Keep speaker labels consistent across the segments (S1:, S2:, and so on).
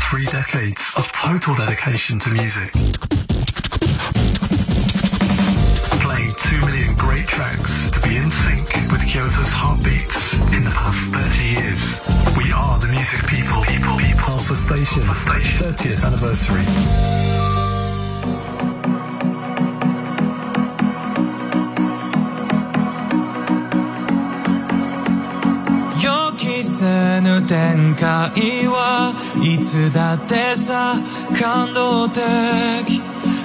S1: three decades of total dedication to music. Playing two million great tracks to be in sync with Kyoto's heartbeats in the past 30 years. We are the music people. people, people. Alpha Station, 30th anniversary.
S2: 予期せぬ展開はいつだってさ感動的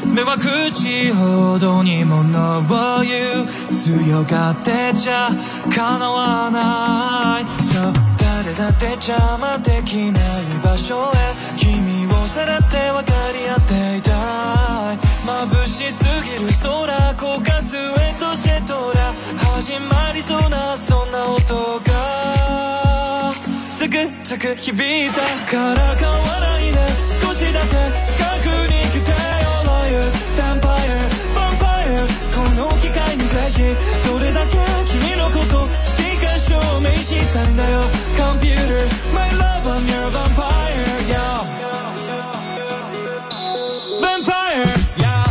S2: 目は口ほどに物を言う強がってちゃ叶わないさ誰だって邪魔できない場所へ君をさらって分かり合っていたい眩しすぎる空焦がすエとセトラ始まりそうなそんな音がザクザク響いたからかわないで少しだけ近くに来てよロイヴァンパイアヴァンパイアこの機会にぜひどれだけ君のこと好きか証明したいんだよ Computer My love I'm your vampire yeah Vampire yeah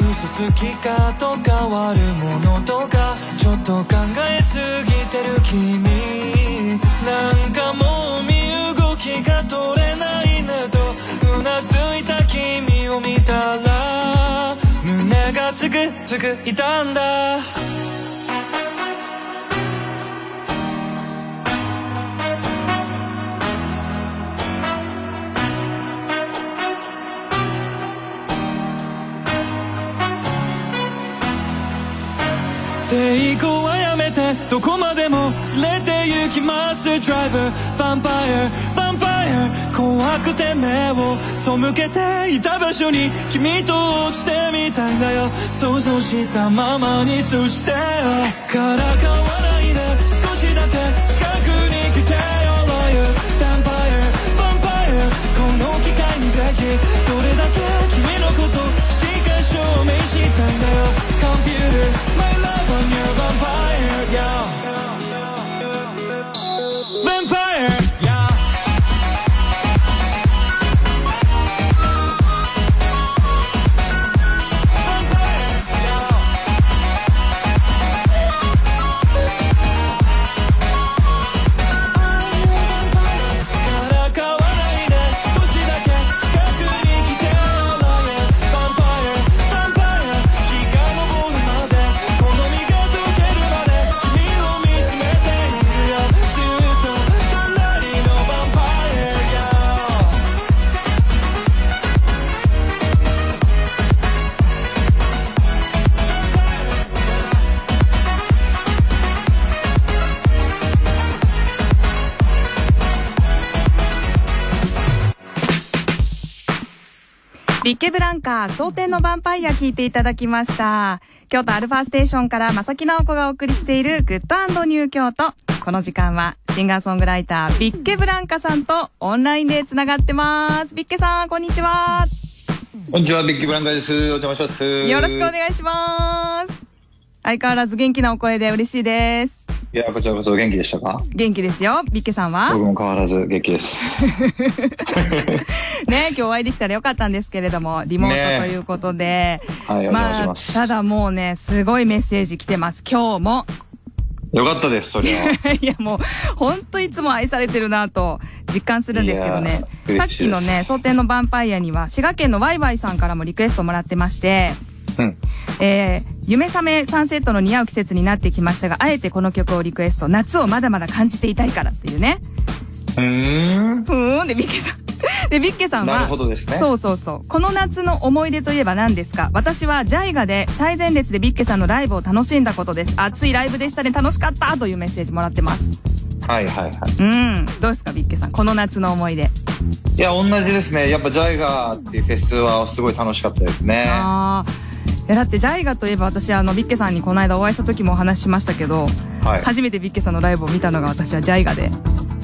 S2: 嘘つきかと変わるものとかちょっと考えすぎてる君なんかもう身動きが取れないなとうなずいた君を見たら胸がつくつくいたんだ抵抗はやめてどこまでも連れて行きますドライブヴァンパイアヴァンパイア怖くて目を背けていた場所に君と落ちてみたんだよ想像したままにそしてよからかわないで少しだけ近くに来てよロイヤルヴァンパイアヴァンパイアこの機会にぜひどれだけ君のこと好きか証明したんだよ Computer My love I'm your vampire yeah Vampire yeah からかわないで少しだけ近くに来てよロイヤルヴァンパイアヴァンパイア日が昇るまでこの身が溶けるまで君を見つめているよずっと隣のヴァンパイア yeah
S3: ビッケブランカー、蒼天のヴァンパイア聞いていただきました。京都アルファステーションから正木直子がお送りしているグッドニュー京都。この時間はシンガーソングライター、ビッケブランカさんとオンラインでつながってます。ビッケさん、こんにちは。
S4: こんにちは、ビッグブランカーです。お邪魔します。
S3: よ
S4: よ
S3: ろしくお
S4: い
S3: 願いします。相変わらず元気なお声で嬉しいです。
S4: いや、こちらこそ元気でしたか
S3: 元気ですよ。ビッケさんは
S4: 僕も変わらず元気で す。
S3: ね、今日お会いできたらよかったんですけれども、リモートということで。
S4: はい、お邪魔します。
S3: ただもうね、すごいメッセージ来てます。今日も。
S4: よかったです、それ は。
S3: いやもう、ほんといつも愛されてるなと実感するんですけどね
S4: い。やー
S3: さっきの
S4: 嬉しいで
S3: ね、
S4: す
S3: 蒼天のヴァンパイアには、滋賀県のワイワイさんからもリクエストもらってまして、
S4: うん。
S3: えー、夢覚めサンセットの似合う季節になってきましたが、あえてこの曲をリクエスト、夏をまだまだ感じていたいからっていうね。
S4: うーん。
S3: ふーんでビッケさん。 で、ビッケさんは、
S4: なるほどですね
S3: そうそうそう。この夏の思い出といえば何ですか私はジャイガで最前列でビッケさんのライブを楽しんだことです。熱いライブでしたね。楽しかったというメッセージもらってます。
S4: はいはいはい。
S3: うん。どうですか、ビッケさん。この夏の思い出。
S4: いや、同じですね。やっぱジャイガーっていうフェスはすごい楽しかったですね。
S3: ああ。いや、だってジャイガといえば私、あの、ビッケさんにこの間お会いした時もお話ししましたけど、
S4: はい。
S3: 初めてビッケさんのライブを見たのが私はジャイガで。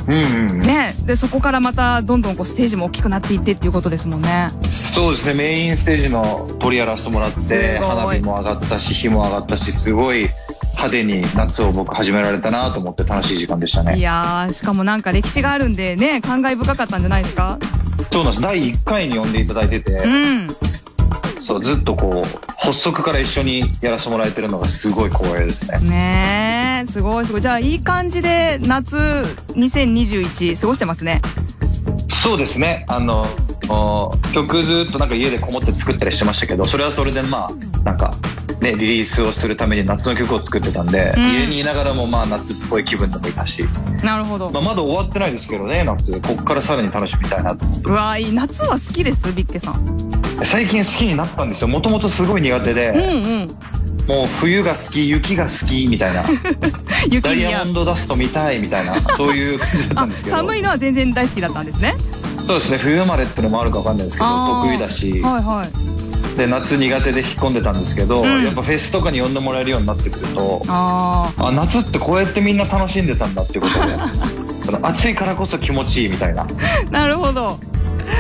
S4: うんうん、
S3: ねでそこからまたどんどんこうステージも大きくなっていってっていうことですもんね
S4: そうですねメインステージの取りやらせてもらっ
S3: すごい
S4: て花火も上がったし火も上がったしすごい派手に夏を僕始められたなと思って楽しい時間でした
S3: い
S4: ね
S3: やーしかもなんか歴史があるんでね感慨深かったんじゃないですか
S4: そうなんです第1回に呼んでいただいてて、
S3: うん
S4: そうずっとこう発足から一緒にやらせてもらえてるのがすごい光栄ですね
S3: ねえすごいすごいじゃあいい感じで夏2021過ごしてますね
S4: そうですねあのお曲ずっとなんか家でこもって作ったりしてましたけどそれはそれでまあなんかねリリースをするために夏の曲を作ってたんで、
S3: うん
S4: 家にいながらもまあ夏っぽい気分でもいたし、
S3: なるほど
S4: まあ、まだ終わってないですけどね夏こっからさらに楽しみたいなと思って
S3: うわいい夏は好きですビッケさん
S4: 最近好きになったんですよもともとすごい苦手
S3: うんう
S4: で、
S3: ん
S4: もう冬が好き雪が好きみた いな
S3: 雪
S4: ダイ
S3: に
S4: ヤ
S3: 合
S4: モ
S3: う
S4: ンドダスト見たいみたいなそういう感じだった
S3: あ
S4: んですけど
S3: 寒いのは全然大好きだったんですね
S4: そうですね冬生まれってのもあるか分かんないですけど
S3: あー
S4: 得意だし、
S3: はいはい
S4: で夏苦手で引っ込んでたんですけど、
S3: うん
S4: やっぱフェスとかに呼んでもらえるようになってくると
S3: あ
S4: あ夏ってこうやってみんな楽しんでたんだっていうこと でその暑いからこそ気持ちいいみたいな
S3: あなるほど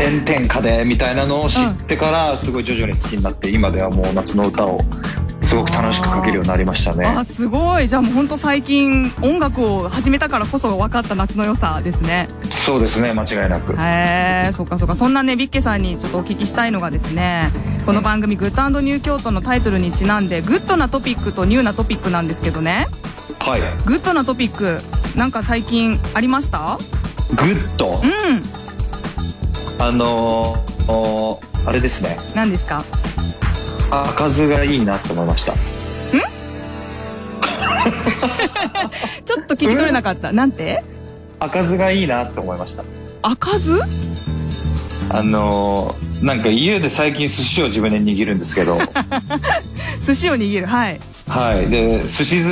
S4: 炎天下でみたいなのを知ってからすごい徐々に好きになって今ではもう夏の歌をすごく楽しく書けるようになりましたね
S3: あすごいじゃあもうほんと最近音楽を始めたからこそ分かった夏の良さですね
S4: そうですね間違いなく
S3: へえそっかそっかそんなねビッケさんにちょっとお聞きしたいのがですねこの番組「グッドニュー京都」のタイトルにちなんでグッドなトピックとニューなトピックなんですけどね
S4: はい
S3: グッドなトピックなんか最近ありました
S4: グッド
S3: うん
S4: あのーおーあれですね
S3: 何ですか
S4: 開かずがいいなと思いました
S3: ちょっと聞き取れなかった、なんて
S4: 開かずがいいなと思いました
S3: 開かず
S4: あのーなんか家で最近寿司を自分で握るんです けど
S3: 寿司を握るはい
S4: はいで寿司酢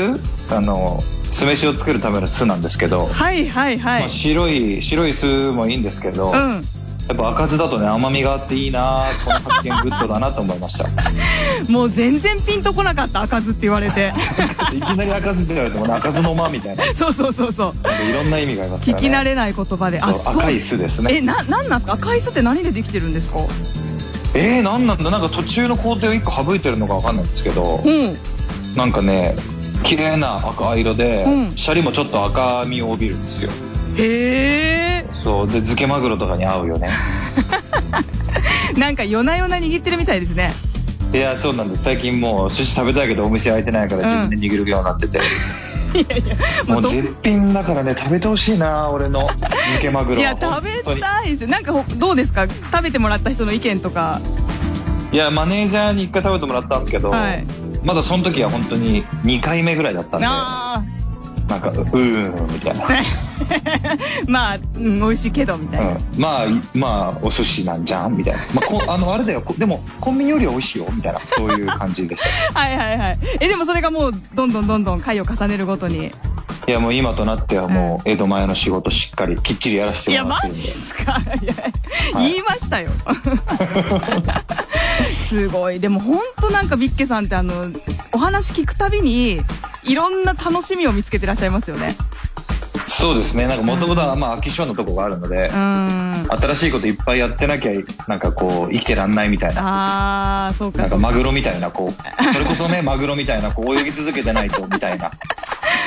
S4: あのー酢飯を作るための酢なんですけど、
S3: はいはいは
S4: ま
S3: い
S4: あ、白い白い酢もいいんですけど、
S3: う
S4: や
S3: ん
S4: っぱ赤酢だとね甘みがあっていいなこの発見グッドだなと思い ました
S3: もう全然ピンとこなかった開かずって言われ て
S4: いきなり赤酢って言われてもね赤酢の間みたいななん
S3: そうそうそうそう
S4: かいろんな意味がありますか
S3: 聞
S4: ら
S3: き慣
S4: ね
S3: れない言葉であ
S4: そう赤い酢ですね
S3: えななんなんですか赤い酢って何でできてるんですか
S4: えー、なんなんだなんか途中の工程を一個省いてるのかわかんないんですけど
S3: うん
S4: なんかね綺麗な赤色で、
S3: うん
S4: シャリもちょっと赤みを帯びるんですよ
S3: へえ
S4: そうで漬けマグロとかに合うよね
S3: なんか夜な夜な握ってるみたいですね
S4: いやそうなんです最近もう寿司食べたいけどお店開いてないから自分で握るようになってて、
S3: も
S4: も
S3: う
S4: う
S3: ど
S4: 絶品だからね食べてほしいな 俺の漬けマグロ
S3: いや
S4: 本
S3: 食
S4: 当
S3: べ
S4: に
S3: たいですよなんかほどうですか食べてもらった人の意見とか
S4: いやマネージャーに一回食べてもらったんですけど、
S3: はい
S4: まだその時は本当に2回目ぐらいだったんでな
S3: あ
S4: んかうーんみたいな、
S3: ーまあ、うん、美味しいけどみたいな、
S4: うん、まあいまあお寿司なんじゃんみたいな、まあ、こあ のあれだよこでもコンビニよりは美味しいよみたいなそういう感じでした
S3: はいはいはいえでもそれがもうどんどんどんどん回を重ねるごとに
S4: いやもう今となってはもう江戸前の仕事しっかりきっちりやらせ
S3: い
S4: て
S3: や
S4: も
S3: マ
S4: らってるんで
S3: ジっすかいや
S4: はい
S3: 言いましたよ すごいでも本当なんかビッケさんってあのお話聞くたびにいろんな楽しみを見つけてらっしゃいますよね
S4: そうですねなんかもともとはまあ飽き性のとこがあるので
S3: う、ん
S4: 新しいこといっぱいやってなきゃなんかこう生きてらんないみたいな
S3: ああそう
S4: な
S3: か
S4: ん
S3: そ
S4: か
S3: うか
S4: マグロみたいなこうそれこそねマグロみたい なこう泳ぎ続けてないとみたいな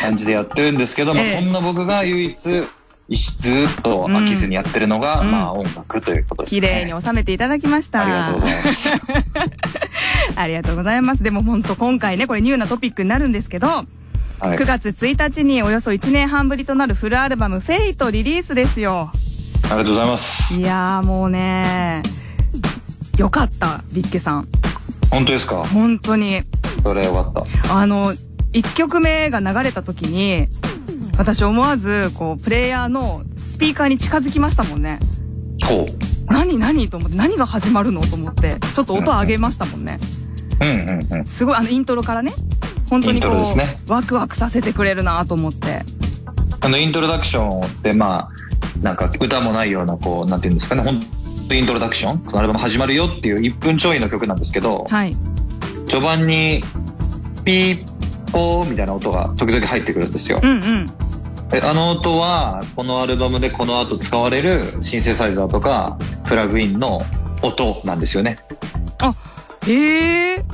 S4: 感じでやってるんですけど、まあ、
S3: ええ
S4: そんな僕が唯一ずっと飽きずにやってるのが、
S3: うん
S4: まあ音楽ということです
S3: 綺
S4: ね
S3: 麗に収めていただきました
S4: ありがとうござい ます
S3: ありがとうございます。でも本当今回ね、これニューなトピックになるんですけど、
S4: はい
S3: 9月1日におよそ1年半ぶりとなるフルアルバム、フェイトリリースですよ。
S4: ありがとうございます
S3: いやーもうね、よかった、ビッケさん。
S4: 本当ですか
S3: 本当に。
S4: それよかった
S3: あの、1曲目が流れた時に、私思わず、こう、プレイヤーのスピーカーに近づきましたもんね。
S4: ほう
S3: 何何と思って、何が始まるのと思って、ちょっと音上げましたもんね。
S4: うんうんうん
S3: すごい、あの、イントロからね。本当にこ
S4: イント
S3: う、
S4: ロですね
S3: ワクワクさせてくれるなと思って。
S4: あのイントロダクションってまあなんか歌もないようなこうなんていうんですかね本当イントロダクションこのアルバム始まるよっていう1分ちょいの曲なんですけど
S3: はい。
S4: 序盤にピーポーみたいな音が時々入ってくるんですよ
S3: うんうん。
S4: えあの音はこのアルバムでこの後使われるシンセサイザーとかプラグインの音なんですよね
S3: あ、へえ。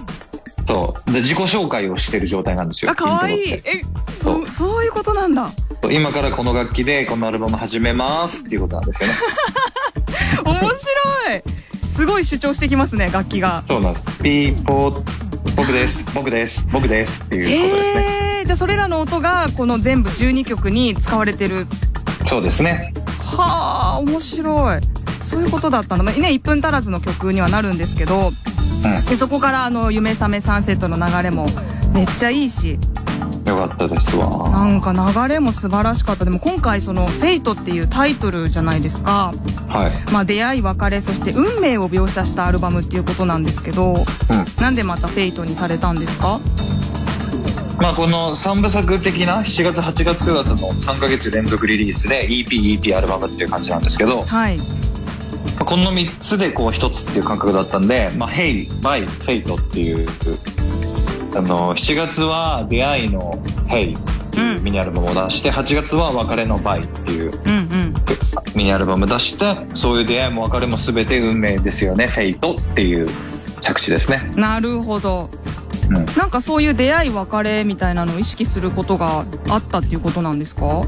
S4: そうで自己紹介をしてる状態なんですよ
S3: あ、可愛い
S4: イントロ
S3: え
S4: っ、
S3: そ、
S4: そうう
S3: そういうことなんだ。
S4: てそう今からこの楽器でこのアルバム始めますっていうことなんですよね
S3: 面白い。すごい主張してきますね、楽器が。
S4: そうなんですピーポー僕です僕です僕ですっていうことですね
S3: へえ。じゃあそれらの音がこの全部12曲に使われてる。
S4: そうですね
S3: はあ、面白い。そういうことだったんだ。まあね、1分足らずの曲にはなるんですけど、
S4: う
S3: でそこからあの夢覚めサンセットの流れもめっちゃいいし。
S4: んよかったですわ
S3: なんか流れも素晴らしかったでも今回その「フェイトっていうタイトルじゃないですか、
S4: はい
S3: まあ、出会い別れそして運命を描写したアルバムっていうことなんですけど
S4: うん
S3: なんでまた「フェイトにされたんですか
S4: まあ、この3部作的な7月8月9月の3ヶ月連続リリースで EPEP アルバムっていう感じなんですけど、ま
S3: はい
S4: あこの3つでこう1つっていう感覚だったんで「まあ、Hey by Fate」っていうあの7月は出会いの「Hey」っていうミニアルバムを出して8月は別れの「Bye」っていう
S3: うんうん
S4: ミニアルバム出してそういう出会いも別れも全て運命ですよね「Fate」っていう着地ですね。
S3: なるほど
S4: うん
S3: なんかそういう出会い別れみたいなのを意識することがあったっていうことなんですか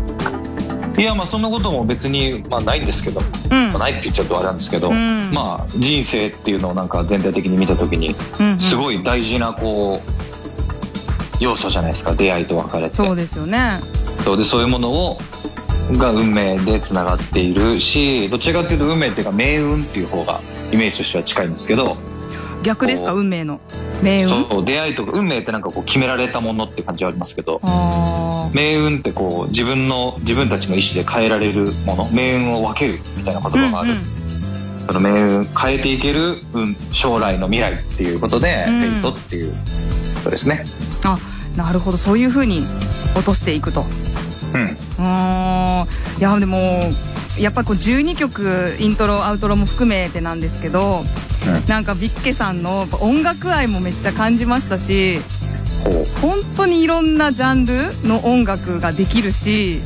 S4: いやまあそんなことも別に、まあ、ないんですけど
S3: うん
S4: まあないって言っちゃうとあれなんですけど、
S3: うん
S4: まあ人生っていうのをなんか全体的に見た時に
S3: うんうん
S4: すごい大事なこう要素じゃないですか出会いと別れって
S3: そうですよね
S4: そうでそういうものをが運命でつながっているしどちらかっていうと運命っていうか命運っていう方がイメージとしては近いんですけど、
S3: 逆ですか
S4: こう
S3: 運命の命運
S4: そう出会いとか運命ってなんかこう決められたものって感じはありますけど
S3: あー
S4: 命運ってこう自分の自分たちの意思で変えられるもの命運を分けるみたいな
S3: うん
S4: 言
S3: う
S4: 葉がある
S3: ん
S4: その命運変えていける、うん、将来の未来っていうことで、
S3: うん
S4: フェイトっていうことですね。
S3: あなるほどそういうふうに落としていくと
S4: うん、
S3: うーんいやでもやっぱこう12曲イントロアウトロも含めてなんですけど、
S4: うん
S3: なんかビッケさんの音楽愛もめっちゃ感じましたし
S4: こ
S3: 本当にいろんなジャンルの音楽ができるし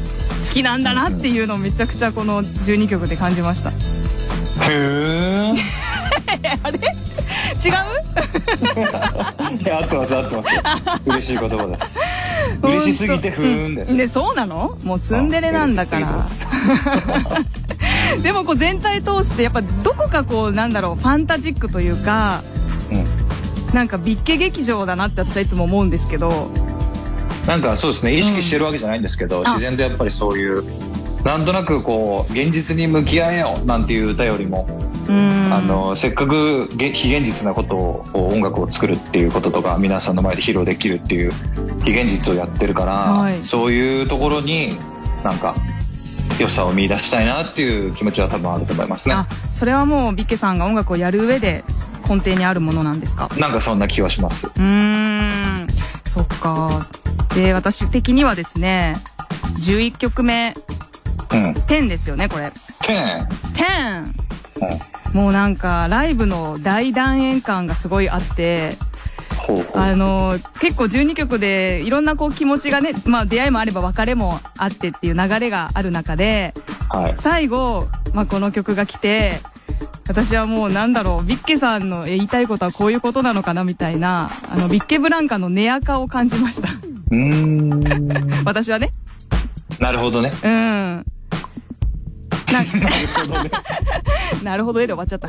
S3: 好きなんだなっていうのをめちゃくちゃこの12曲で感じました
S4: うへ
S3: 違
S4: え 合ってます合ってます嬉しい言葉 です
S3: う
S4: 嬉しすぎてふーんです、
S3: でそうなのもうツンデレなんだから
S4: 嬉しすぎて
S3: でもこう全体通してやっぱどこかこうなんだろうファンタジックというか
S4: うん
S3: なんかビッケ劇場だなって私はいつも思うんですけど
S4: なんかそうですね意識してるわけじゃないんですけど、
S3: んあ
S4: 自然とやっぱりそういうなんとなくこう現実に向き合えよなんていう歌よりも、
S3: うん
S4: あのせっかくげ非現実なことをこう音楽を作るっていうこととか皆さんの前で披露できるっていう非現実をやってるから、
S3: はい
S4: そういうところになんか良さを見出したいなっていう気持ちは多分あると思いますね
S3: あそれはもうビッケさんが音楽をやる上で根底にあるものなんですか
S4: なんかそんな気はします
S3: うーんそっかで私的にはですね11曲目
S4: うん
S3: 10ですよねこれ
S4: て
S3: 10もうなんかライブの大団円感がすごいあって
S4: ほうほ
S3: あ
S4: う
S3: の結構12曲でいろんなこう気持ちがね、まあ、出会いもあれば別れもあってっていう流れがある中で
S4: はい
S3: 最後、まあ、この曲が来て私はもうなんだろうビッケさんの言いたいことはこういうことなのかなみたいなあのビッケブランカの寝垢を感じました
S4: うーん
S3: 私はね
S4: なるほどね
S3: うんな なるほどねで終わっちゃった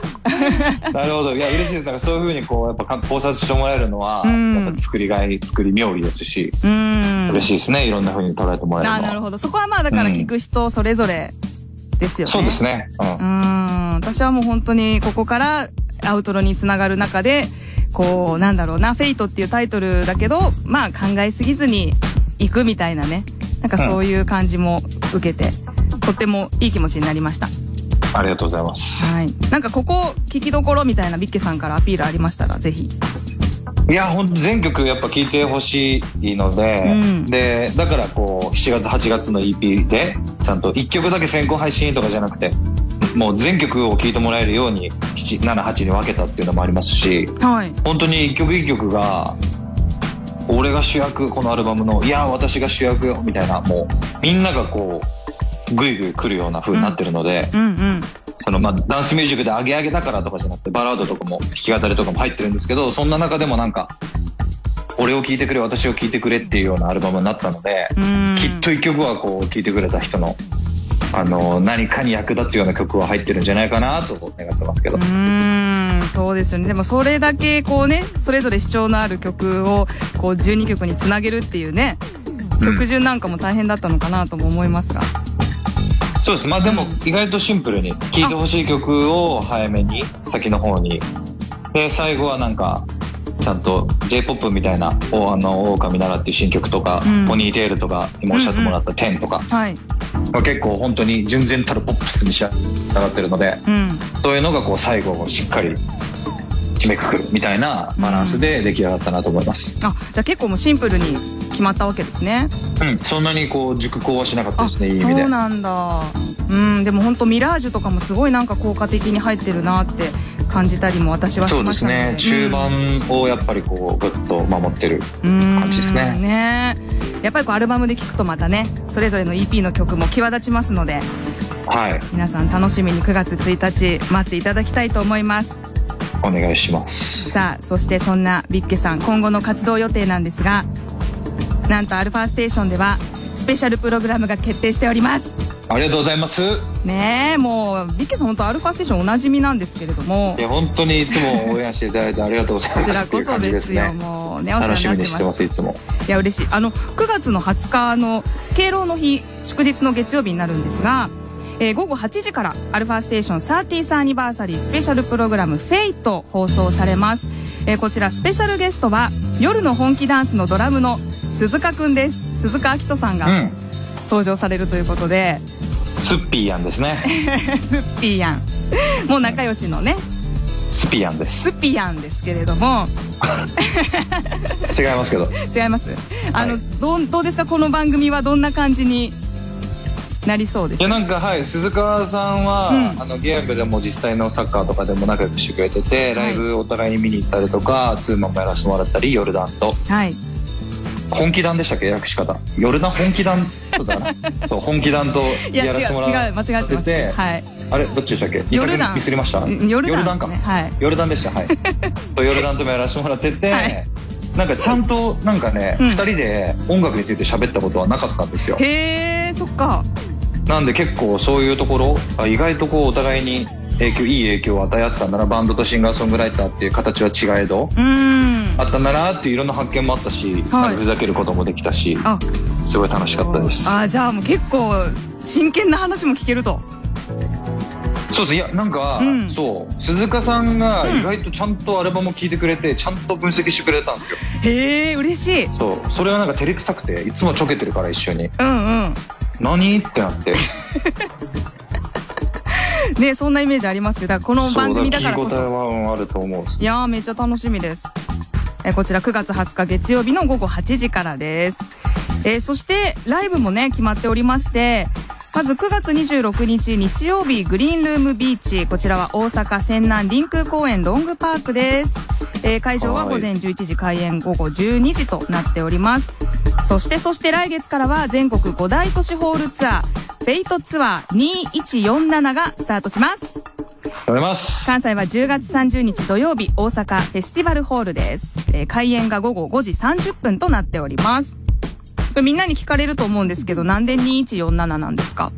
S4: なるほどいや嬉しいですなんかそういうふうにこうやっぱか考察してもらえるのは、
S3: うん
S4: やっぱ作りがい作り妙理ですし、
S3: うん
S4: 嬉しいですねいろんなふうに捉えてもらえる
S3: あ
S4: のは
S3: なるほどそこはまあだから聞く人それぞれですよね、
S4: そうですねうん
S3: うーん私はもう本当にここからアウトロにつながる中でこうなんだろうな「フェイトっていうタイトルだけどまあ考えすぎずに行くみたいなねなんかそういう感じも受けて、とってもいい気持ちになりました
S4: ありがとうございます
S3: はいなんかここ聞きどころみたいなビッケさんからアピールありましたらぜひ
S4: いや本当全曲やっぱ聴いてほしいので、
S3: うん
S4: でだからこう7月8月の EP でちゃんと1曲だけ先行配信とかじゃなくてもう全曲を聴いてもらえるように778に分けたっていうのもありますし
S3: はい
S4: 本当に一曲一曲が俺が主役このアルバムのいや私が主役みたいなもうみんながこうグイグイ来るような風になってるので、
S3: うんうん。
S4: そのまあダンスミュージックでアゲアゲだからとかじゃなくてバラードとかも弾き語りとかも入ってるんですけどそんな中でもなんか俺を聴いてくれ私を聴いてくれっていうようなアルバムになったので、
S3: うん
S4: きっと一曲はこう聴いてくれた人のあの何かに役立つような曲は入ってるんじゃないかなと願ってますけど、
S3: うーんそうですよねでもそれだけこうねそれぞれ主張のある曲をこう12曲につなげるっていうね
S4: うん
S3: 曲順なんかも大変だったのかなとも思いますが、
S4: そうですまあでも意外とシンプルに聴いてほしい曲を早めに先の方にで最後はなんかちゃんと j p o p みたいな「おあの狼なら」っていう新曲とか「
S3: うん
S4: ポニーテール」とか今おっしゃってもらった「10」とか、
S3: はい、
S4: まあ結構本当に純然たるポップスに仕上がってるので
S3: うん、
S4: そういうのがこう最後をしっかり締めくくるみたいなバランスで出来上がったなと思います、
S3: あじゃあ結構もうシンプルに決まったわけですね
S4: うん、そんなにこう熟考はしなかった
S3: あ
S4: ですねいい意
S3: そ
S4: 味で
S3: うなんだうんでも本当ミラージュとかもすごいなんか効果的に入ってるなって感じたりも私は
S4: そ
S3: し
S4: うで
S3: まし
S4: す
S3: たので
S4: ね中盤をやっぱりこうグッと守ってる
S3: 感
S4: じですね
S3: ねやっぱりこうアルバムで聴くとまたねそれぞれの EP の曲も際立ちますので
S4: はい
S3: 皆さん楽しみに9月1日待っていただきたいと思います
S4: お願いします
S3: さあそしてそんなビッケさん今後の活動予定なんですがなんとアルファステーションではスペシャルプログラムが決定しております
S4: ありがとうございます
S3: ねえもうビッケさん本当アルファステーションおなじみなんですけれども
S4: いや本当にいつも応援していただいてありがとうござ
S3: こ
S4: い
S3: ち
S4: ま
S3: ら
S4: すってい
S3: こ
S4: う
S3: そ
S4: 感じ
S3: で
S4: ですす
S3: よ
S4: ね
S3: もうねお世話に
S4: 楽し
S3: なっ
S4: み
S3: てま
S4: にして
S3: す
S4: ますいつも
S3: いや嬉しいあの9月の20日あの敬老の日祝日の月曜日になるんですが、えー午後8時からアルファステーション30アニバーサリースペシャルプログラム「フェイト放送されます、えーこちらスペシャルゲストは夜の本気ダンスのドラムの鈴鹿くんです鈴鹿明人さん
S4: う
S3: が
S4: ん
S3: 登場されるということで、
S4: スッピーやんですね
S3: スッピーヤン もう仲良しのね
S4: スピーやんで
S3: ス
S4: す
S3: ッピーヤンですけれども
S4: 違いますけど
S3: 違いますあの、
S4: はい
S3: どうどうですかこの番組はどんな感じになりそうです
S4: い
S3: か
S4: やなんかはい鈴川さんは、
S3: うん
S4: あのゲームでも実際のサッカーとかでも仲良くしてくれてて、
S3: はい
S4: ライブお互いに見に行ったりとかツーマンもやらせてもらったりヨルダンと
S3: はい
S4: 本気団でしたっけ訳し方ヨルダン本気団と だなそう本気団と
S3: いや違
S4: や
S3: う違
S4: らせてもら
S3: う間違ってます、
S4: て
S3: はい、
S4: あれどっちでしたっけ二
S3: ヨルダン
S4: 択ミスりました
S3: んヨルダンです
S4: か
S3: ねはい
S4: ヨルダンでし たはいそうヨルダンともやらせてもらってて、
S3: はい
S4: なんかちゃんとなんかね、
S3: う
S4: 二
S3: ん
S4: 人で音楽について喋ったことはなかったんですよ
S3: へえそっか
S4: なんで結構そういうところあ意外とこうお互いに影響いい影響を与え合ってたんだなバンドとシンガーソングライターっていう形は違えど
S3: うーん
S4: あったんだなっていういろんな発見もあったし、なんかふざけることもできたし
S3: あ
S4: すごい楽しかったです
S3: あじゃあもう結構真剣な話も聞けると
S4: そうですいやなんか、
S3: うん
S4: そう鈴鹿さんが
S3: うん
S4: 意外とちゃんとアルバムを聴いてくれて、ちゃんと分析してくれたんですよ
S3: へえ嬉しい
S4: そうそれはなんか照れくさくていつもちょけてるから一緒に
S3: うんうん
S4: 何って なって
S3: ねそんなイメージありますけどだからこの番組だから
S4: そう
S3: こ
S4: 聞き応え
S3: そ
S4: はうんあると思う
S3: いやーめっちゃ楽しみですえこちら9月20日月曜日の午後8時からですえーそしてライブもね決まっておりましてまず9月26日日曜日グリーンルームビーチこちらは大阪泉南臨空公園ロングパークです、えー会場は
S4: はい
S3: 午前11時開演午後12時となっておりますそしてそして来月からは全国5大都市ホールツアーフェイトツアー2147がスタートします
S4: ありがとうございます
S3: 関西は10月30日土曜日大阪フェスティバルホールです、えー開演が午後5時30分となっておりますこれみんなに聞かれると思うんですけどなんで2147なんですか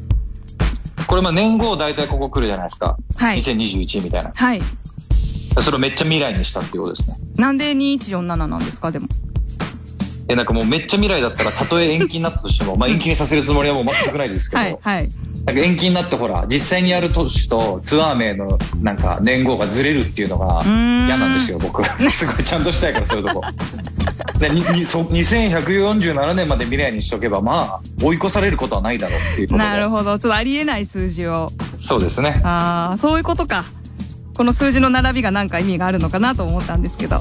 S4: これまあ年号大体ここ来るじゃないですか、
S3: はい
S4: 2021みたいな
S3: はい
S4: それをめっちゃ未来にしたっていうことですね
S3: なんで2147なんですかでも
S4: えなんかもうめっちゃ未来だったらたとえ延期になったとしてもまあ延期にさせるつもりはもう全くないですけど、
S3: はいはい
S4: なんか延期になってほら実際にやる年とツアー名のなんか年号がずれるっていうのが
S3: ーん
S4: 嫌なんですよ僕 すごいちゃんとしたいからそういう とこでににそ2147年まで未来にしとけばまあ追い越されることはないだろうっていうことで
S3: なるほどちょっとありえない数字を
S4: そうですね
S3: ああそういうことかこの数字の並びがなんか意味があるのかなと思ったんですけど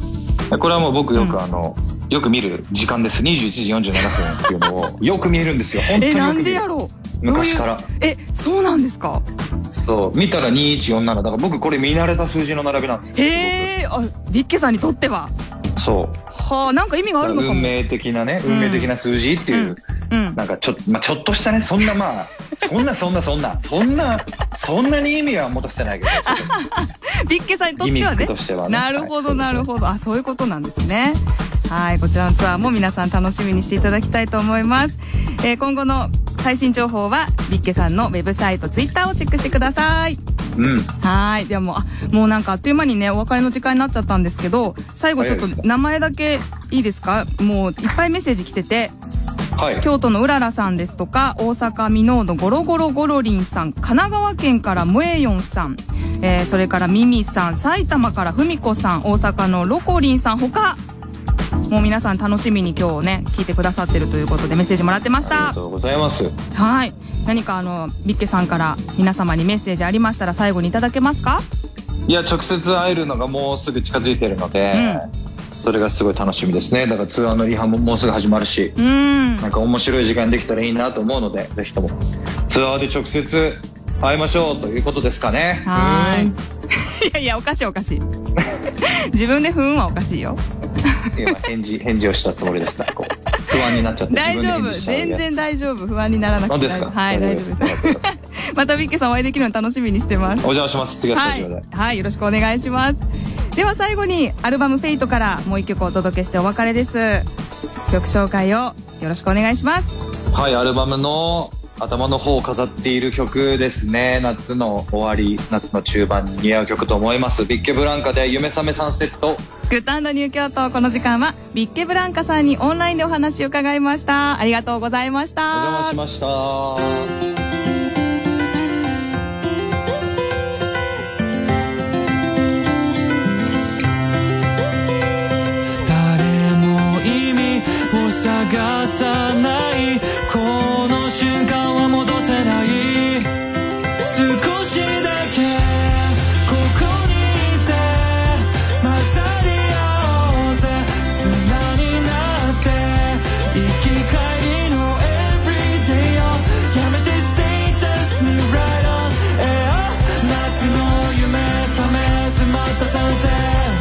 S4: これはもう僕よ
S3: うん
S4: くあの、よく見る時間です21時47分っていうのをよく見えるんですよ本当
S3: え
S4: によ
S3: な
S4: く見
S3: んで
S4: る
S3: やろ
S4: 昔から
S3: え、そうなんですか
S4: そう見たら2147だから僕これ見慣れた数字の並びなんですよ
S3: へえ、あ、ビッケさんにとっては。
S4: すごくそう
S3: はあ、なんか意味があるのかも。
S4: 運命的なね、
S3: うん
S4: 運命的な数字っていう、
S3: うん。
S4: なんかちょ,、まあ、ちょっとしたねそんなまあそんなそんなそんなそんなそんなに意味は持たせてないけど
S3: ビッケさんにとっ
S4: ギミ
S3: ては
S4: ック
S3: ね。
S4: としてはね
S3: なるほど、
S4: はい
S3: なるほど。あ、そういうことなんですね。はい、こちらのツアーも皆さん楽しみにしていただきたいと思います。えー今後の最新情報は、ビッケさんのウェブサイト、ツイッターをチェックしてください。
S4: そうです
S3: はい。ではもう、あ、もうなんかあっという間にね、お別れの時間になっちゃったんですけど、最後ちょっ
S4: 早いです
S3: と
S4: ね
S3: 名前だけいいですかもういっぱいメッセージ来てて、
S4: うんはい
S3: 京都のうららさんですとか、大阪ミノードゴロゴロゴロリンさん、神奈川県からムエヨンさん、えー、それからミミさん、埼玉からふみこさん、大阪のロコリンさん、他、もう皆さん楽しみに今日ね、聞いてくださってるということでメッセージもらってまし
S4: あり
S3: た
S4: が。とうございます
S3: はい。何かあの、ビッケさんから皆様にメッセージありましたら最後にいただけますか
S4: いや直接会えるのがもうすぐ近づいてるので、それがすごい楽しみですねだからツアーのリハももうすぐ始まるし
S3: うーん。
S4: なんか面白い時間できたらいいなと思うのでぜひともツアーで直接会いましょうということですかね
S3: はー い。いやいや、おかしいおかしい。自分で不運はおかしいよ。
S4: 今返事返事をしたつもりでしたこう不安になっちゃって
S3: 大
S4: 自分で
S3: 丈
S4: 返
S3: 夫。
S4: 事した
S3: 全然大丈夫。不安にならなくて
S4: 何
S3: 大
S4: で
S3: 丈
S4: す
S3: 夫。
S4: か
S3: はい、大丈夫です。
S4: 夫です
S3: またビッケさんお会いできるの楽しみにしてます。
S4: お邪魔します次はスタ
S3: は
S4: ジオで、
S3: い、はい、よろしくお願いします。では最後にアルバム「フェイトからもう一曲お届けしてお別れです。曲紹介をよろしくお願いします。
S4: はい、アルバムの頭の方を飾っている曲ですね。夏の終わり、夏の中盤に似合う曲と思います。ビッケブランカで夢覚めサンセット。
S3: グッドアンドニュー京都この時間はビッケブランカさんにオンラインでお話を伺いました。ありがとうございました。
S4: お邪魔しました。
S2: 誰も意味を探さないこの瞬間は戻せない少しだけここにいて混ざり合おうぜ砂になって生き返りの Everyday をやめて Status に Right on air 夏の夢覚めずまた賛成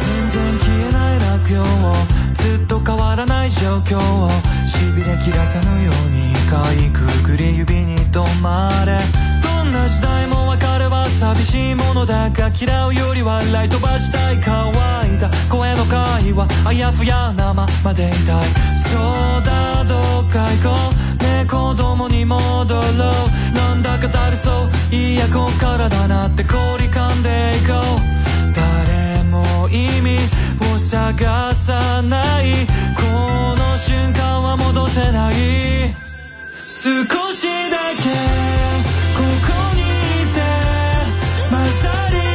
S2: 全然消えない落葉をずっと変わらない状況をしびれ切らさぬようにかいくぐり指に止まれどんな時代も別れは寂しいものだが嫌うよりは笑い飛ばしたい乾いた声の会話あやふやなままでいたいそうだどっか行こうね子供に戻ろうなんだかだるそういやこっからだなって氷噛んでいこう誰も意味を探さないこの瞬間は戻せない少しだけここにいて混ざり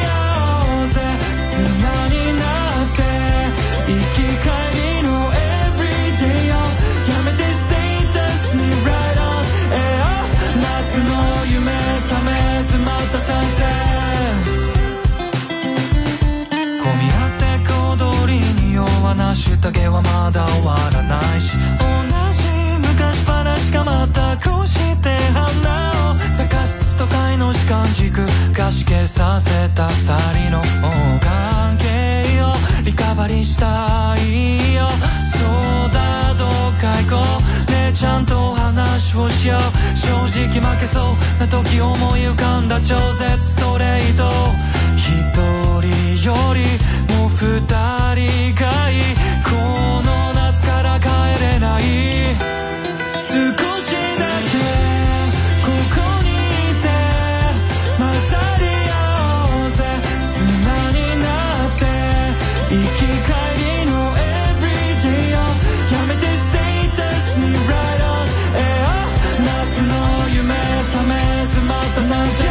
S2: 合おうぜ砂になって生き返りの Everyday をやめてステータスに Right on air 夏の夢覚めずまた賛成混み合って小通りに弱な宴はまだ終わらないし同じ昔話がまたこうして花を咲かす都会の時間軸がし消させた二人のもう関係をリカバリーしたいよそうだどっか行こうねえちゃんとお話をしよう正直負けそうな時思い浮かんだ超絶ストレート一人よりも二人がいいこの夏から帰れない少しだけここにいて混ざり合おうぜ砂になって生き返りの Everyday をやめてステータスに Right on air 夏の夢覚めずまた参戦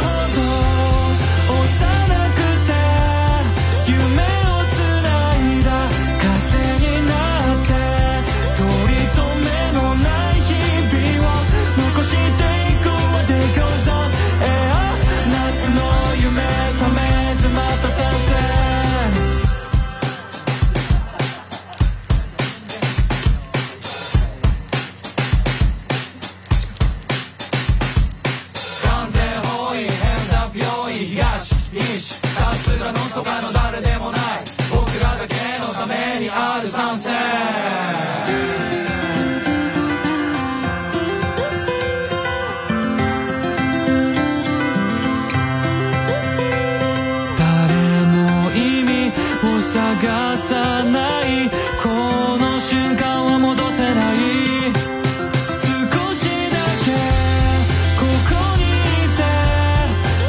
S2: ほど幼くて夢をつすらのそばの誰でもない僕らだけのためにある参戦誰も意味を探さないこの瞬間は戻せない少しだけここにいて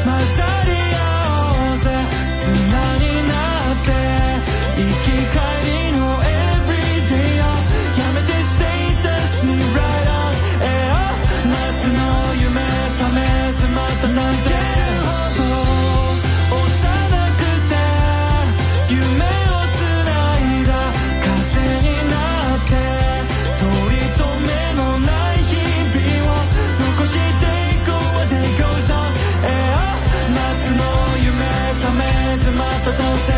S2: 混ざり合おうぜ砂になって生き返りの Everyday をやめて Status に Right on air 夏の夢覚めずまた参戦幼くて夢をつないだ風の中でになって取り留めのない日々を残していこう What it goes on 夏の夢覚めずまた参戦